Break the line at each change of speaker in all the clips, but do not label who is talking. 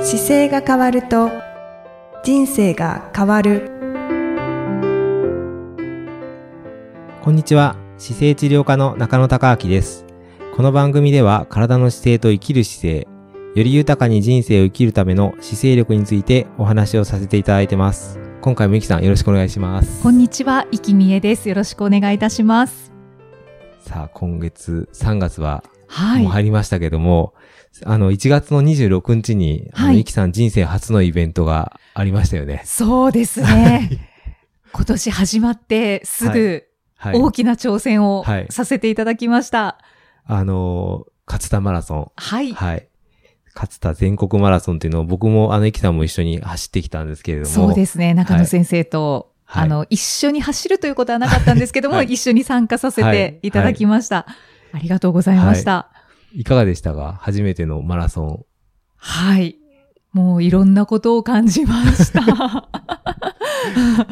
姿勢が変わると人生が変わる
こんにちは。姿勢治療科の中野孝明です。この番組では体の姿勢と生きる姿勢、より豊かに人生を生きるための姿勢力についてお話をさせていただいてます。今回もゆきさんよろしくお願いします。
こんにちは、いきみえです。よろしくお願いいたします。
さあ、今月3月は
は
もう
い。
入りましたけども、あの1月の26日に、あの
はい
ゆきさん人生初のイベントがありましたよね。
そうですね。今年始まってすぐ
はい。
大きな挑戦を
はい
させていただきました。
あのー、勝田マラソン。
はい。
はい。勝田全国マラソンっていうのを僕もあの、駅さんも一緒に走ってきたんですけれども。。
そうですすね。中野先生と、
はい
あの、一緒に走るということはなかったんですけども、
はい
一緒に参加させていただきました。ありがとうございました。
いかがでしたか初めてのマラソン。
はい。もういろんなことを感じ ました。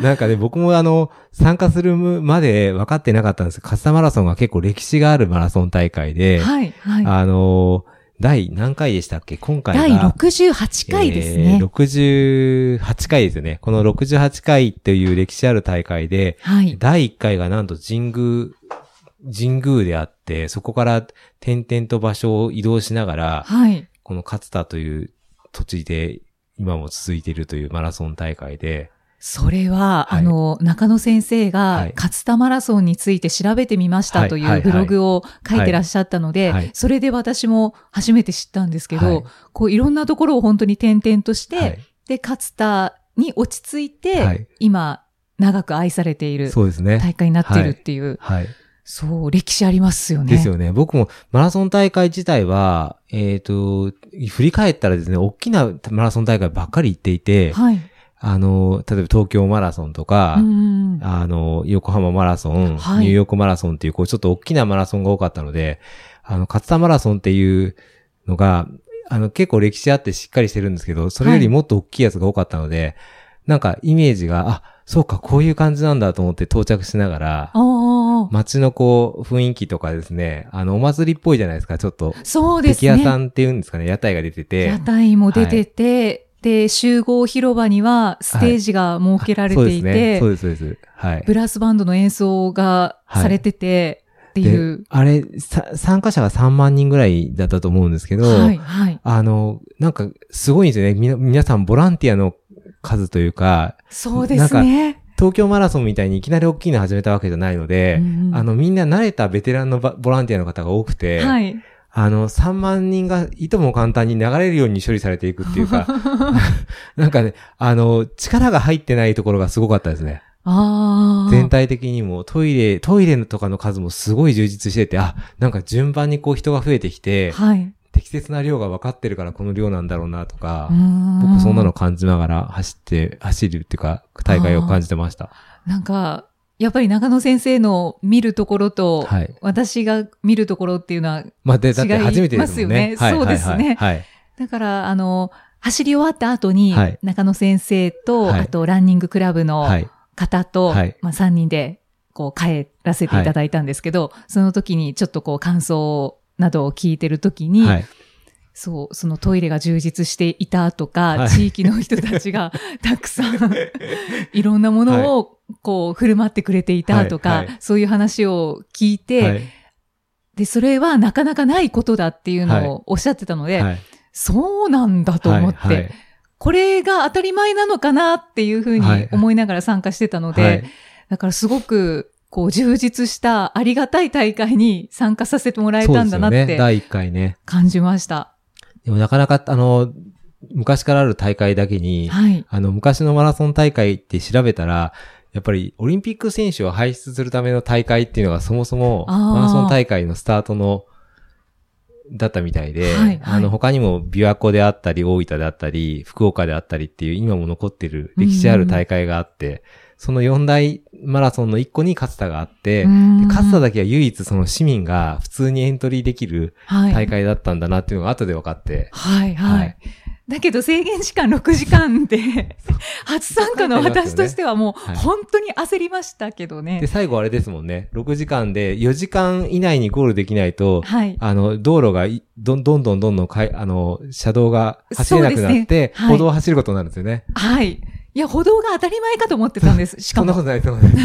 なんかね、僕もあの、参加するまで分かってなかったんですけど、勝田マラソンが結構歴史があるマラソン大会で、
はい。はい。
あのー、第何回でしたっけ今回が。
第68回ですね。
えー68回ですよね。この68回っていう歴史ある大会で、
はい。
第1回がなんと神宮、神宮であって、そこから点々と場所を移動しながら、
はい。
この勝田という土地で今も続いているというマラソン大会で、
それ
は
は、
い
あの、中野先生
は
が
い、
勝田マラソンについて調べてみまし
は
た
い
と
はい
い
は
う
い
ブログを書いてらっしゃったので、
はい
それで私も初めて知ったんですけど、
はい
こういろんなところを本当に点々として、
はい
で、勝田に落ち着いて、
はい
今、長く愛されている
そうですね。
大会になっているっていう、
はい。
そう、歴史ありますよね。
ですよね。僕もマラソン大会自体は、えっ、と、振り返ったらですね、大きなマラソン大会ばっかり行っていて、
はい。
あの、例えば東京マラソンとか、
うん
あの、横浜マラソン、
はい
ニューヨークマラソンっていう、こう、ちょっと大きなマラソンが多かったので、あの、勝田マラソンっていうのが、あの、結構歴史あってしっかりしてるんですけど、それよりもっと大きいやつが多かったので、なんかイメージが、あ、そうか、こういう感じなんだと思って到着しながら
あ、あ、
街のこう、雰囲気とかですね、あの、お祭りっぽいじゃないですか、ちょっと。
そうです
敵屋
ね。
さんっていうんですかね、屋台が出てて。
屋台も出てて、で、集合広場にはステージが設けられていて、
あそうですね。そうです、そうです。はい。
ブラスバンドの演奏がされてて、っていう
で。あれ、さ参加者が3万人ぐらいだったと思うんですけど、
はい、はい。
あの、なんか、すごいんですよね。みな、皆さんボランティアの数というか、
そうですね。
東京マラソンみたいにいきなり大きいの始めたわけじゃないので、
うんうん
あの、みんな慣れたベテランのばボランティアの方が多くて、
はい。
あの、3万人がいとも簡単に流れるように処理されていくっていう か、なんかね、あの、力が入ってないところがすごかったですね。
ああ。
全体的にもトイレ、トイレとかの数もすごい充実してて、あ、なんか順番にこう人が増えてきて、
はい。
適切な量が分かってるからこの量なんだろうなとか、僕
僕
そんなの。感じながら走って、走るっていうか、大会を感じてました。
なんか、やっぱり中野先生の見るところと、
はい。
私が見るところっていうのは、
まあ、で、だって
違い
初めてですもんね。
ま
は
すよね
い
そうですね
はい。はい
だから、あの、走り終わった後に、
はい
中野先生と、
はい
あとランニングクラブの
はい。
方と、
はい
まあ、3人でこう帰らせていただいたんですけど、その時にちょっとこう感想などを聞いてる時に、
はい。
そう、そのトイレが充実していたとか、
はい
地域の人たちがたくさ んいろんなものをこう振る舞ってくれていたとか、
はいはい
そういう話を聞いて、
はい。
で、それはなかなかないことだっていうのをおっしゃってたので、
はい。
そうなんだと思って、
はいはい
これが当たり前なのかなっていうふうに思いながら参加してたので、
はい
だからすごく、こう、充実したありがたい大会に参加させてもらえ
そう
た
です
んだ
よ
なっ
ね。
て
第1回ね。
感じました。
でもなかなか、あの、昔からある大会だけに、
はい。
あの、昔のマラソン大会って調べたら、やっぱりオリンピック選手を輩出するための大会っていうのがそもそも
あー
マラソン大会のスタートの、だったみたいで、
はいはい
あの、他にも琵琶湖であったり、大分であったり、福岡であったりっていう今も残ってる歴史ある大会があって、その4大マラソンの1個に勝田があって、で勝田
だ
だけは唯一その市民が普通にエントリーできる大会だったんだなっていうのが後で分かって、
はい、はい、
は
はいい。だけど制限時間6時間で、初参加の私としてはも
はいう
本当に焦りましたけ
で、
どね。
最後あれですもんね。6時間で4時間以内にゴールできないと、
はい。
あの、道路がいどんどんどんどんどんかい、あの、車道が走れなく
そう
な
で
っ
すね
て、
はい
歩道を走ることになるんですよね。
はい。いや、歩道が当たり前かと思ってたんで す。し
そ
か
んなこ
も。
とないと思います。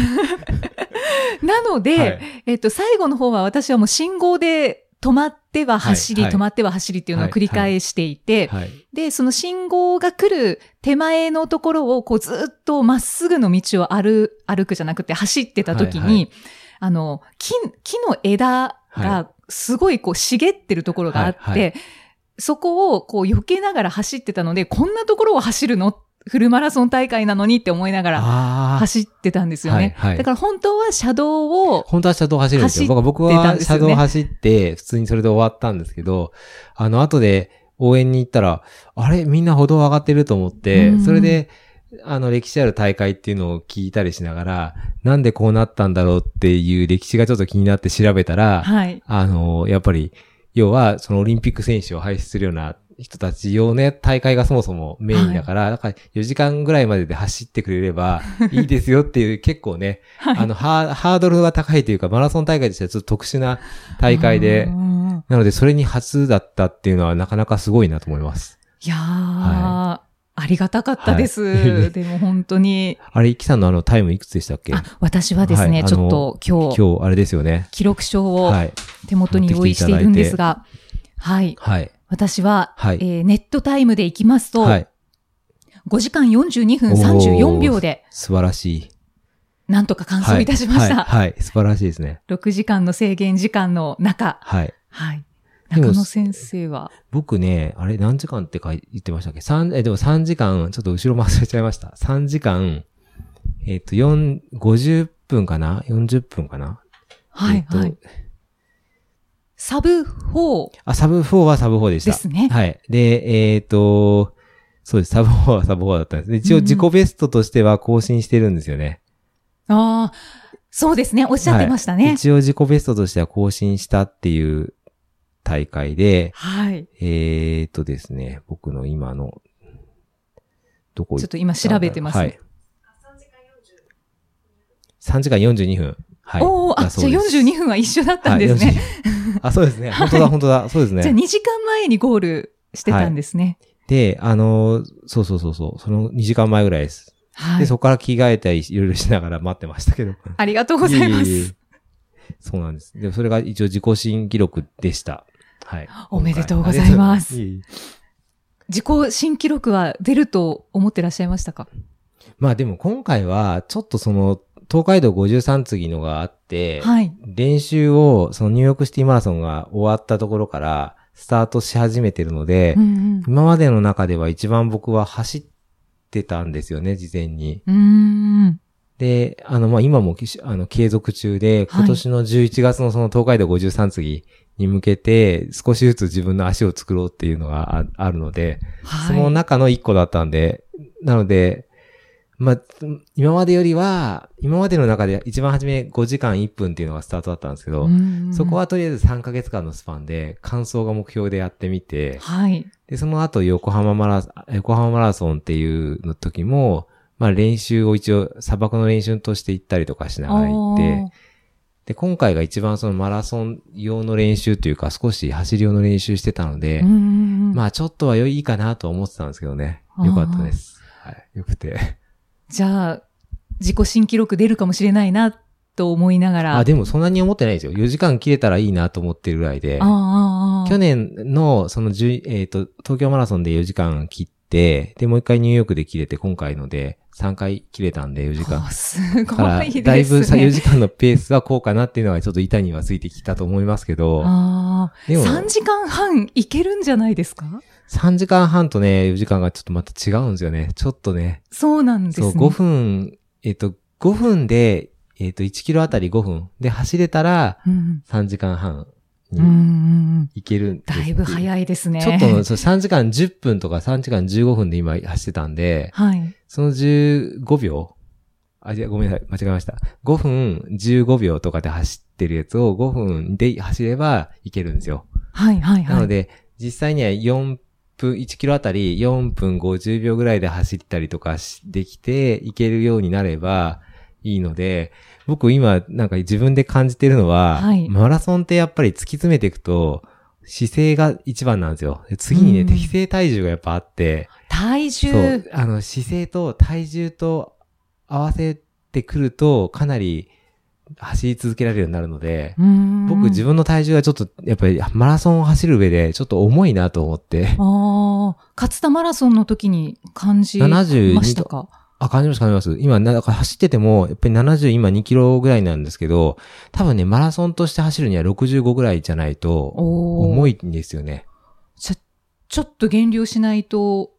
なので、
はい
えっと、最後の方は私はもう信号で止まっては走り、
はいはい
止まっては走りっていうのを繰り返していて、
はい。
で、その信号が来る手前のところを、こうずっとまっすぐの道を歩歩くじゃなくて走ってた時に、
はいはい
あの、木、木の枝
は
がすごいこう茂ってるところがあって、
はいは
そこをこう避けながら走ってたので、こんなところを走るのフルマラソン大会なのにって思いながら
ああ。
走ってたんですよね。
はいはい
だから本当は車道を、
本当は車道走るんですよ。僕は僕
走ってたん
は
ですよ
車
ね
道走って、普通にそれで終わったんですけど、あの、後で応援に行ったら、あれみんな歩道上がってると思って、
うん
それで、あの、歴史ある大会っていうのを聞いたりしながら、なんでこうなったんだろうっていう歴史がちょっと気になって調べたら、
はい。
あの、やっぱり、要は、そのオリンピック選手を輩出するような人たち用ね、大会がそもそもメインだから、だから4時間ぐらいまでで走ってくれれ ばいいですよっていう、結構ね、あのハー、ハードルが高いというか、マラソン大会としてはちょっと特殊な大会で
う、ん
なのでそれに初だったっていうのはなかなかすごいなと思います。
いやー、
は
ありがたかったです。
はい
でも本当に。
あれ、イキさんのあのタイムいくつでしたっけ
あ、私はですね、
はい
ちょっと今日、
今日、あれですよね。
記録書を
はい。
手元に用意しているんですが、はい。
はい。
私は、
はい
えーネットタイムでいきますと、
はい。
5時間42分34秒で、
素晴らしい。
なんとか完走いたしまし
はい
た。
はい。はい。素晴らしいですね。
6時間の制限時間の中、
はい。
はい。
でも
中野先生は、
僕ね、あれ何時間って書い言ってましたっけ三え、でも3時間、ちょっと後ろ忘れちゃいました。3時間、えっ、と、四50分かな ?40 分かな
はい、は
えっ
い
と。
サブ4
あ、サブ4はサブ4でした。
ですね
はい。で、えっ、と、そうです。サブ4はサブ4だったんです。で一応
うんうん
自己ベストとしては更新してるんですよね。
ああ、そうですね、おっしゃってました
はい
ね。
一応自己ベストとしては更新したっていう大会で、
はい。
えっ、とですね、僕の今の、どこ行っ
ちょっと今調べてますね。
はい。3時間42分。はい。
おお、あ、
だ
じ
そ
ゃ
う
あ
です
42分は一緒だったんですね。。
はい42あ、そうです ね。本当だ、本当だ。そうです
じゃあ
ね。
2時間前にゴールしてたんですね。
で、あのー、そうそうそうそう。その2時間前ぐらいです。
はい。
で、そこから着替えたり、いろいろしながら待ってましたけど。
ありがとうございま
ええ
す。。
そうなんです。で、それが一応自己新記録でした。はい。
おめでとうございます
ありがとうございます。いえいえ
自己新記録は出ると思ってらっしゃいましたか
まあでも今回は、ちょっとその、東海道53次のがあって、
はい。
練習を、そのニューヨークシティマラソンが終わったところから、スタートし始めてるので、
うん
今までの中では一番僕は走ってたんですよね、事前に。
うん。うーん。
で、あの、まあ、今もきし、あの、継続中で、
はい
今年の11月のその東海道53次に向けて、少しずつ自分の足を作ろうっていうのがああるので、その
はい。
中の一個だったんで、なので、まあ、今までよりは、今までの中で一番初め5時間1分っていうのがスタートだったんですけど、
うん
そこ、はとりあえず3ヶ月間のスパンで、感想が目標でやってみて、
はい。
で、その後横浜マラソン、横浜マラソンっていうの時も、まあ練習を一応砂漠の練習として行ったりとかしながら行って、で、今回が一番そのマラソン用の練習というか少し走り用の練習してたので、ま
まあ、
あちょっとは良いかなとは思ってたんですけどね。よかったです。はい。よくて。
じゃあ、自己新記録出るかもしれないな、と思いながら。
あ、でもそんなに思ってないですよ。4時間切れたらいいなと思ってるぐらいで。
ああああ
去年の、その10、えっ、と、東京マラソンで4時間切って、で、もう一回ニューヨークで切れて、今回ので3回切れたんで4時間
あ。す
だ
ご
から、
いですね。
だいぶさ4時間のペースはこうかなっていうのがちょっと板にはついてきたと思いますけど、
ああ。
でも
3時間半いけるんじゃないですか
3時間半とね、4時間がちょっとまた違うんですよね。ちょっとね。
そうなんです
そう、
ね。
5分、えっ、と、5分で、えっ、と、1キロあたり5分で走れたら
うん
3時間半
うんう
に
んうん
行けるんです
だいぶ
い。
早いですね。
ちょっとの、そう3時間10分とか3時間15分で今走ってたんで、
はい。
その15秒あ、じゃごめんなさい。間違えました。5分15秒とかで走ってるやつを5分で走ればいけるんですよ。
はい、はい、はい。
なので、実際には4分、1キロあたり4分50秒ぐらいで走ったりとかしできていけるようになればいいので、僕今なんか自分で感じてるのは、
はい
マラソンってやっぱり突き詰めていくと、姿勢が一番なんですよ。で次にね、
うん
適正体重がやっぱあって、
体
そ
重
う、あの、姿勢と体重と合わせてくると、かなり走り続けられるようになるので、僕
僕
自分の体重がちょっと、やっぱりマラソンを走る上でちょっと重いなと思って、
ああ、勝田マラソンの時に感じま
72
したか。
あ、感じます、感じます。今、なんか走ってても、やっぱり70、今2キロぐらいなんですけど、多分ね、マラソンとして走るには65ぐらいじゃないと、
おお。
重いんですよね。
ちょ、ちょっと減量しないと、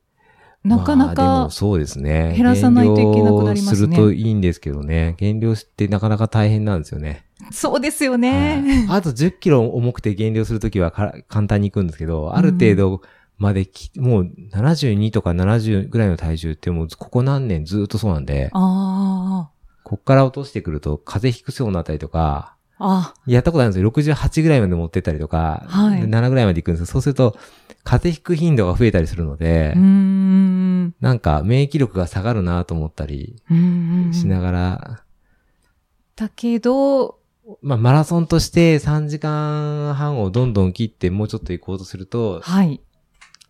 なかな
まあで
か
も、そうですね。
減らさないといけなくなります
減量
ね
するといいんですけどね。減量してなかなか大変なんですよね。
そうですよね。
はいあと10キロ重くて減量するときはか簡単にいくんですけど、ある程度までき、もう72とか70ぐらいの体重ってもうここ何年ずっとそうなんで、
あ
こっから落としてくると風邪ひくそうになったりとか、
あ、あ、
やったことあるんですよ。68ぐらいまで持ってったりとか、
はい
7ぐらいまで行くんですよ。そうすると、風邪ひく頻度が増えたりするので、
うーん。
なんか免疫力が下がるなと思ったり
うーん
しながら、
だけど、
まあマラソンとして3時間半をどんどん切ってもうちょっと行こうとすると、
はい。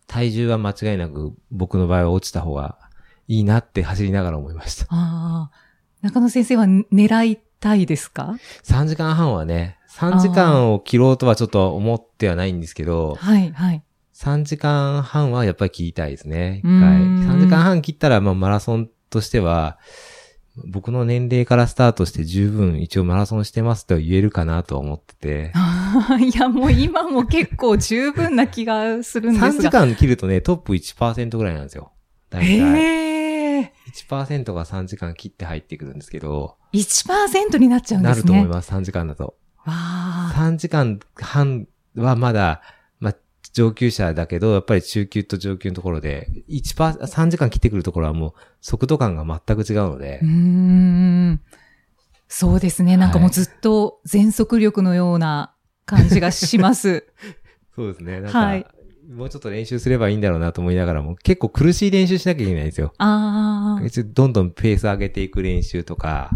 体重は間違いなく僕の場合は落ちた方がいいなって走りながら思いました。
ああ、中野先生は狙いたいですか
3時間半はね、3時間を切ろうとはちょっと思ってはないんですけど、
はい、はい。
3時間半はやっぱり切りたいですね。一回。
うーん
3時間半切ったら、まあマラソンとしては、僕の年齢からスタートして十分一応マラソンしてますとは言えるかなとは思ってて。
いや、もう今も結構十分な気がするんですが。
3時間切るとね、トップ1%ぐらいなんですよ。大体。
ええ
1%が3時間切って入ってくるんですけど、
1%になっちゃうんで
な
すね。
ると思います、3時間だと。
わあ。
3時間半はまだ、まあ、上級者だけど、やっぱり中級と上級のところで、1%、3時間切ってくるところはもう速度感が全く違うので
うー、ん。そうですね。なんかもう
はい
ずっと全速力のような感じが します。
そうですね。なんか、
はい
もうちょっと練習すればいいんだろうなと思いながらも、結構苦しい練習しなきゃいけないんですよ。
ああ。
別にどんどんペース上げていく練習とか、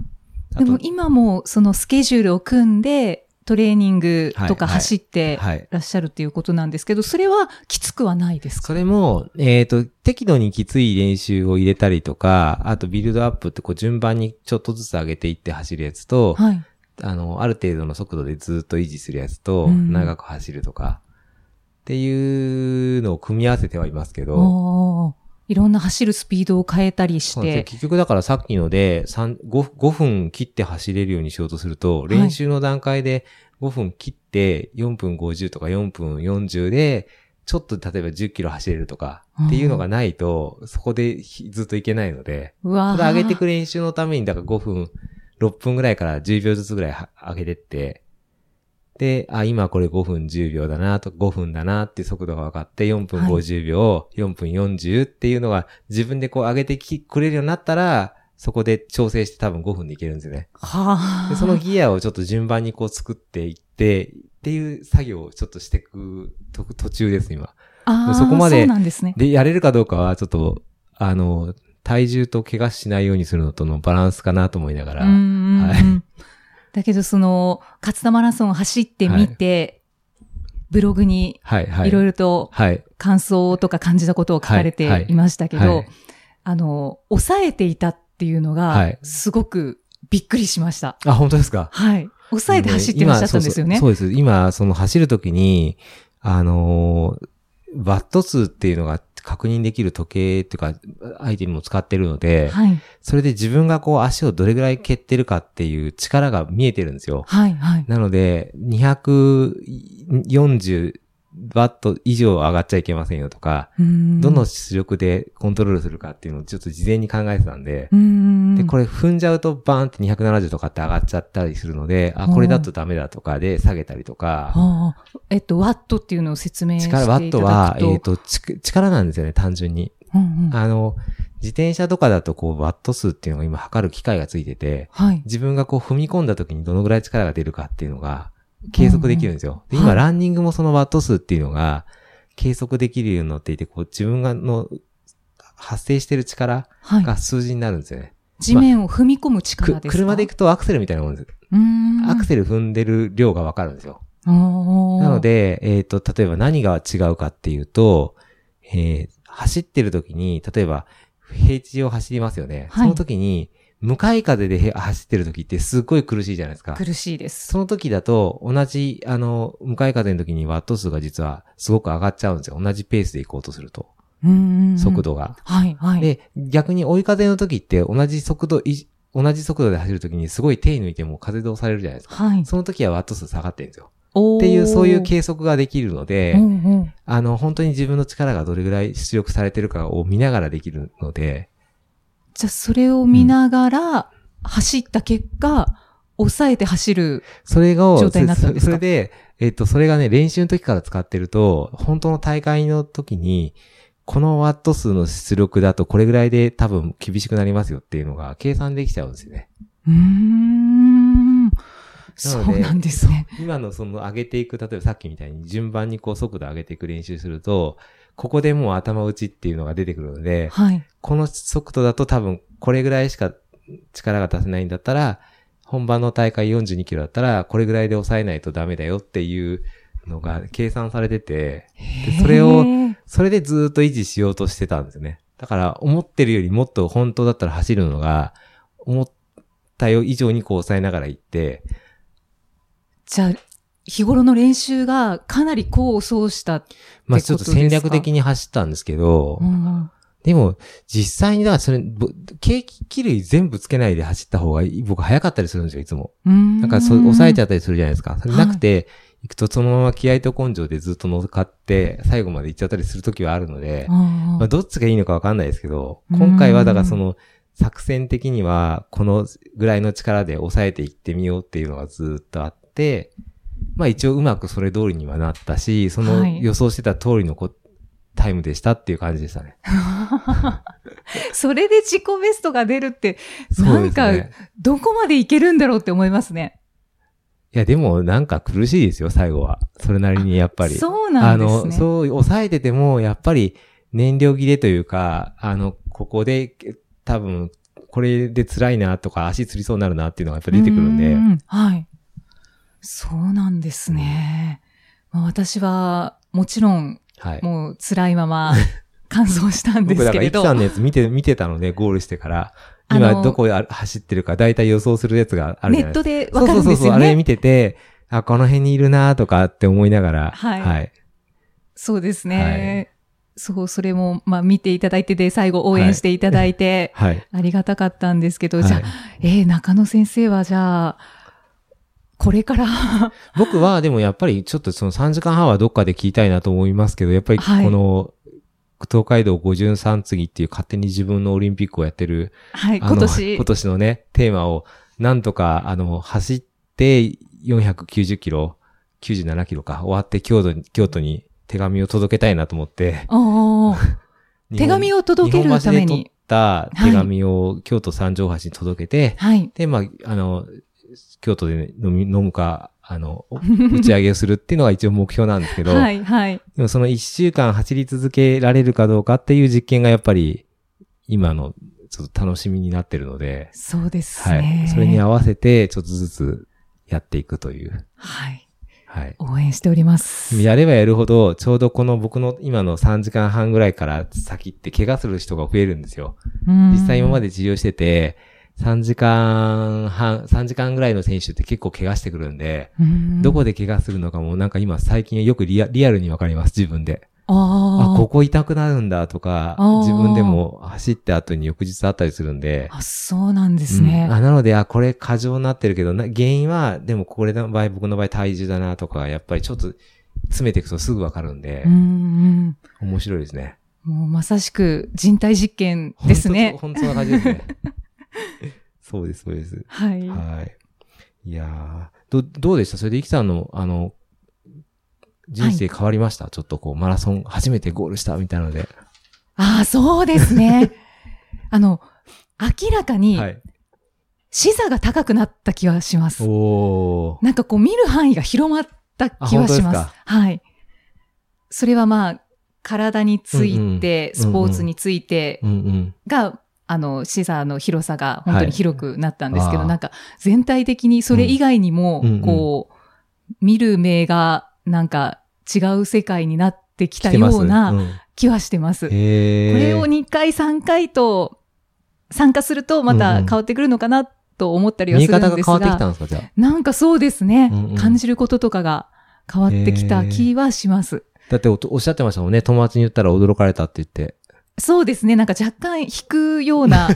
あ
で
と
も今もそのスケジュールを組んでトレーニングとか
はいはい
走って
はい。
らっしゃるっていうことなんですけど、それはきつくはないですか
それも、えっ、と、適度にきつい練習を入れたりとか、あとビルドアップってこう順番にちょっとずつ上げていって走るやつと、
はい。
あの、ある程度の速度でずっと維持するやつと、
うん
長く走るとか、っていうのを組み合わせてはいますけど、
おーいろんな走るスピードを変えたりし
そうなんですよ
て。
結局だからさっきので3 5、5分切って走れるようにしようとすると、
い
練習の段階で5分切って4分50とか4分40で、ちょっと例えば10キロ走れるとかっていうのがないと、そこでひずっといけないので、
うわ
そ
ー
れ上げていく練習のために、だから5分、6分ぐらいから10秒ずつぐらいは上げてって、で、あ、今これ5分10秒だなと、5分だなっていう速度が分かって、4分
はい
50秒、4分40っていうのが自分でこう上げてきくれるようになったら、そこで調整して多分5分でいけるんですよね。
は
で
あ。
そのギアをちょっと順番にこう作っていって、っていう作業をちょっとしていくと途中です、今。
あー
そこまで
そうなんですね。
で、やれるかどうかは、ちょっと、あの、体重と怪我しないようにするのとのバランスかなと思いながら、
うんうんうん
はい
だけど、その、勝田マラソンを走ってみて、ブログに
はい、はい。
いろい
ろ。
ろと
はい。
感想とか感じたことを書かれ
はいは
て
い
いましたけ
は
ど
い、
あの、抑えていたっていうの
は
が
い、
すごくびっくりしました。
あ、本当ですか
はい。抑えて走ってらっしゃったんですよね。
今そうそうそうです。今、その走るときに、あのーワット数っていうのが確認できる時計っていうか、アイテムを使ってるので、
はい。
それで自分がこう足をどれぐらい蹴ってるかっていう力が見えてるんですよ。
はい。はい。
なので、240ワット以上上がっちゃいけませんよとか、
ど
どの出力でコントロールするかっていうのをちょっと事前に考えてたんで、で、
で
こ
れ、
れ踏んじゃうとバーンって270とかって上がっちゃったりするので、あ、これだとダメだとかで下げたりとか、
あーえっと、ワットっていうのを説明していた
力、
だくと。
ワットは、えっ、と、ち力なんですよね、単純に。
うんうん
あの、自転車とかだとこう、ワット数っていうのが今測る機械がついてて、
はい。
自分がこう踏み込んだ時にどのぐらい力が出るかっていうのが計測できるんですよ。で今、
はい
ランニングもそのワット数っていうのが計測できるようになっていて、こう自分がの発生してる力
はい。
が数字になるんですよね。
地面を踏み込む
く
力ですか
車で行くとアクセルみたいなもんです。
うーん
アクセル踏んでる量がわかるんですよ。
な
なの
の、
で、えっ、と、例えば何が違うかっていうと、えー走ってる時に、例えば、平地を走りますよね。
はい
その時に、向かい風でへ走ってる時ってすっごい苦しいじゃないですか。
苦しいです。
その時だと、同じ、あの、向かい風の時にワット数が実はすごく上がっちゃうんですよ。同じペースで行こうとすると。速
速。
度が。
はい、はい。
で、逆に追い風の時って同じ速度い、同じ速度で走る時にすごい手抜いても風で押されるじゃないですか。
はい。
その時はワット数下がってるんですよ。
っ
っていう、そういう計測ができるので、
うんうん
あの、本当に自分の力がどれぐらい出力されてるかを見ながらできるので、
じゃあ、それを見ながら、走った結果、抑えて走る。
それを、
状態になったんですか
そそれで、えっと、それがね、練習の時から使ってると、本当の大会の時に、このワット数の出力だとこれぐらいで多分厳しくなりますよっていうのが計算できちゃうんですよね。
うーん。そ
ので
うなんですね。
今のその上げていく、例えばさっきみたいに順番にこう速度上げていく練習すると、ここでもう頭打ちっていうのが出てくるので、
はい。
この速度だと多分これぐらいしか力が出せないんだったら、本番の大会42キロだったら、これぐらいで抑えないとダメだよっていうのが計算されてて、でそれを
へー
それでずーっと維持しようとしてたんですよね。だから思ってるよりもっと本当だったら走るのが、思ったよ以上にこう抑えながら行って、
じゃあ、日頃の練習がかなり功を奏した。
まあ
っ
ち
てこ
ょっと
とですか
戦略的に走ったんですけど、
うん
でも、実際に、だからそれ、ぼ景気類全部つけないで走った方がいい僕早かったりするんですよ、いつも。
うん。
なんかそう、抑えちゃ
ゃ
ったりするじゃないですか。それなくて、行くとそのまま気合と根性でずっと乗っかって、最後まで行っちゃったりするときはあるので、まあ、どっちがいいのかわかんないですけど、
うん
今回はだからその、作戦的には、このぐらいの力で抑えていってみようっていうのがずっとあって、まあ一応うまくそれ通りにはなったし、そ
は
の
い
予想してた通りのこタイムでしたっていう感じでしたね。
それで自己ベストが出るって、
そうです
なんか
ね。
どこまでいけるんだろうって思いますね。
いやでもなんか苦しいですよ、最後は。それなりにやっぱり。
そうなんで
あの、
すね。
そう、抑えてても、やっぱり燃料切れというか、あの、ここで、え多分、これで辛いなとか、足つりそうになるなっていうのがやっぱり出てくるんで
う、んはい。そうなんですね。まあ、私は、もちろん、
はい。
もう辛い まま、完走したんで
僕
す
だか
け
ら、
れ
イキ
ど。
さんのやつ見て、見 てたので、ゴールしてから、
あの
今どこあ走ってるか、だいたい予想するやつがある
ネ
じゃな
ッ
いですか。
トでわかるん
そうそうそ
で
う
す
そう、
よ
あれ
ね。
見てて、あ、この辺にいるなとかって思いながら、
はい
はい。
そうですね。そう、それも、まあ、見ていただいてで、最後応援していただいて、
はい。
ありがたかったんですけど、じゃ
は
あ
い、
えー、中野先生はじゃあ、これから、
僕はでもやっぱりちょっとその3時間半はどっかで聞きたいなと思いますけど、やっぱりこ
はい
の、東海道五十三次っていう勝手に自分のオリンピックをやってる、
はい、
あの
今年
今、年のね、テーマをなんとかあの、走って490キロ、97キロか、終わって京都に、京都に手紙を届けたいなと思って、
おー手紙
を
を届けるために。
た手紙を京都三条橋に届けて、
はい。
で、まあ、あの、京都で飲み、飲むか、あの、お 打ち上げをするっていうのが一応目標なんですけど、
はい、はい。
でもその一週間走り続けられるかどうかっていう実験がやっぱり、今のちょっと楽しみになってるので、
そうです
は
ね。
い。それに合わせて、ちょっとずつやっていくという。
はい。
はい。
応援しております。
やればやるほど、ちょうどこの僕の今の3時間半ぐらいから先って怪我する人が増えるんですよ。
実
実際今ま
で。
で治療してて、3時間半、3時間ぐらいの選手って結構怪我してくるんで、
うん
どこで怪我するのかもなんか今最近よくリアリアルにわかります、自分で。
あ
あ、
あ
ここ痛くなるんだとか
あー、
自分でも走った後に翌日あったりするんで。
あ、そうなんですね。
うんあなので、あ、これ過剰になってるけど、な原因は、でもこれの場合、僕の場合体重だなとか、やっぱりちょっと詰めていくとすぐわかるんで
う、ん
面白いですね。
うんもうまさしく人体実験ですね。
本当そ本当な感じですね。 そうです、そうです。
はい。
はい。いやーど、どうでしたそれで、イキさんの、あの、人生変わりました、ちょっとこう、マラソン初めてゴールしたみたいなので。
ああ、そうです ね。あの、明らかに
はい。
視座が高くなった気はします。
おー。
なんかこう見る範囲が広まった気はしま
あ本当です
す。
か
はい。それはまあ、体について、
うんうん
スポーツについて
うんうん。
が、あの、視座の広さが本当に広くなったんですけど、
はい
なんか全体的にそれ以外にも
うんうん、
こう、見る目がなんか違う世界になってき
来
た
て
よ
ます
うな
うん
気はしてます。こ
へえ。
れを2回3回と参加するとま
うん
た
うん
変わってくるのかなと思ったりはす
見え
るんです
方
が。
が変わってきたんですか、じゃあ。
なんかそうですね、
うんうん
感じることとかが変わってきた気はします。
だっておおっしゃってましたもんね。友達に言ったら驚かれたって言って。
そうですね。なんか若干引くよ うな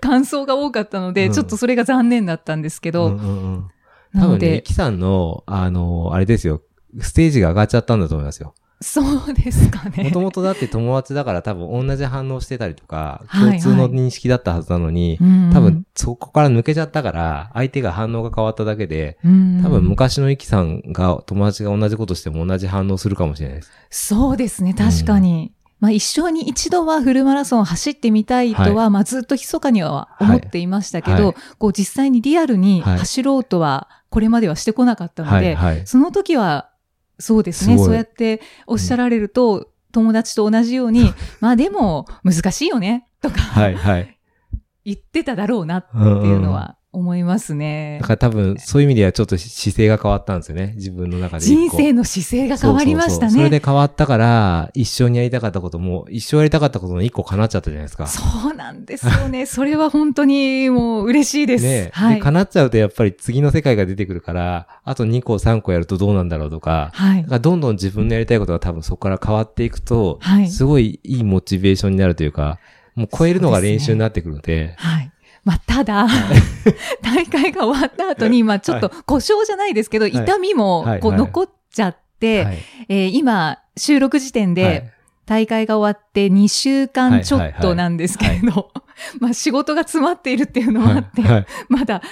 感想が多かったので、
うん
ちょっとそれが残念だったんですけど、
うんうんうん
な
多
の
分ね、
で
イ、キさんの、あの、あれですよ。ステージが上がっちゃったんだと思います よ。
そうですか
も
ね
と。もとだって友達だから多分同じ反応してたりとか、
はいは
共
い
通の認識だったはずなのに、
うん
多分、そこから抜けちゃったから、相手が反応が変わっただけで、
うん
多分昔のイキさんが友達が同じことしても同じ反応するかもしれないです。
そうですね、確かに。まあ一生に一度はフルマラソンを走ってみたいとは、まあずっと密かには思っていましたけど、
はい
こう実際にリアルに
はい
走ろうとはこれまではしてこなかったので、
はい、はい。
その時は、そうですね。
すごい
そうやっておっしゃられると、友達と同じよう に、まあでも難しいよね、とか、
はい、はい。
言ってただろうなって
うんうん
いうのは思いますね
だ。から多分、そういう意味ではちょっと姿勢が変わったんですよね。自分の中で一
人
個。
生の姿勢が変わりました
そ
ね。
うそうそうそれで変わったから、一生にやりたかったことも、一生やりたかったことの一個叶っちゃったじゃないですか。
そうなんですよね。それは本当にもう嬉しいです。
ねえ、
はい。
で叶っちゃうとやっぱり次の世界が出てくるから、あと2個3個やるとどうなんだろうとか、
はい
だか。らどんどん自分のやりたいことが多分そこから変わっていくと、
はい
すごいいいモチベーションになるというか、もう超えるのが練習になってくるので、
はい。まあ、ただ、大会が終わった後に、まあ、ちょっと故障じゃないですけど、
い
痛みも
はい
こう
はい
残っちゃって、
はい
えー今、収録時点で、
はい
大会が終わって2週間ちょっとなんですけれど、 まあ仕事が詰まっているっていうのもあって、
はい
まだ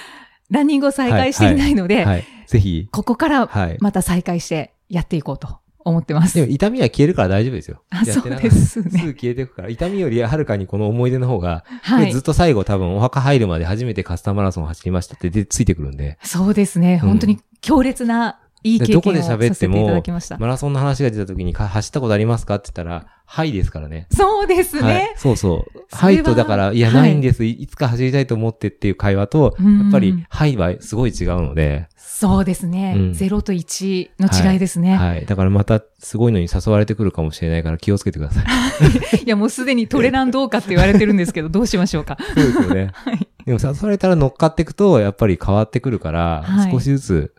ランニングを再開していないので、
はいぜひ、
ここから
はい。
また再開してやっていこうと思ってます。
でも痛みは消えるから大丈夫ですよ。
あ
やってながら
そうです
す
ね
ぐ消えていくから、痛みよりはるかにこの思い出の方が、
は
で
い
ずっ。と最後多分お墓入るまで初めてカスタマラソン走りましたってでついてくるんで、
そうですね。
うん
本当に強烈ないい
で
経験
ど
を
こで
さ
喋っ
せて
て
いただ
も
きました、。
マラソンの話が出た時にか走ったことありますかって言ったら、はいですからね。
そうです
はい
ね。。
そうそう。
そ
は
れはい
とだから、いや、
はい
ないんです、い。いつか走りたいと思ってっていう会話と、
うん
やっぱり、はいはすごい違うので、
そうですね。
うん
0と1の違いですね。
はい。だからまたすごいのに誘われてくるかもしれないから気をつけてください。
いや、もうすでにトレランどうかって言われてるんですけど、どうしましょうか。
そうですよね。
はい。
でも誘われたら乗っかっていくと、やっぱり変わってくるから、
はい
少しずつ、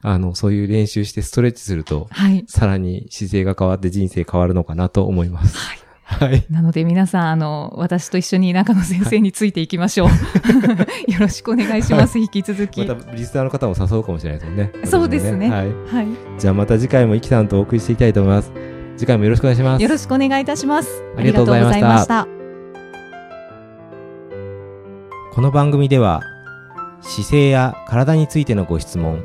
あの、そういう練習してストレッチすると、
はい。
さらに姿勢が変わって人生変わるのかなと思います。
はい
はい。
なので皆さん、あの、私と一緒に中野先生についていきましょう。 よろしくお願いします。引き続き。
また、リスナーの方も誘うかもしれないですもんね。
そうですね
はい。
はい。
じゃあまた次回もイキさんとお送りしていきたいと思います。次回もよろしくお願いします。
よろしくお願いいたします。
ありがとうございました
ありがとうございまし
この番組では姿勢や体についてのご質問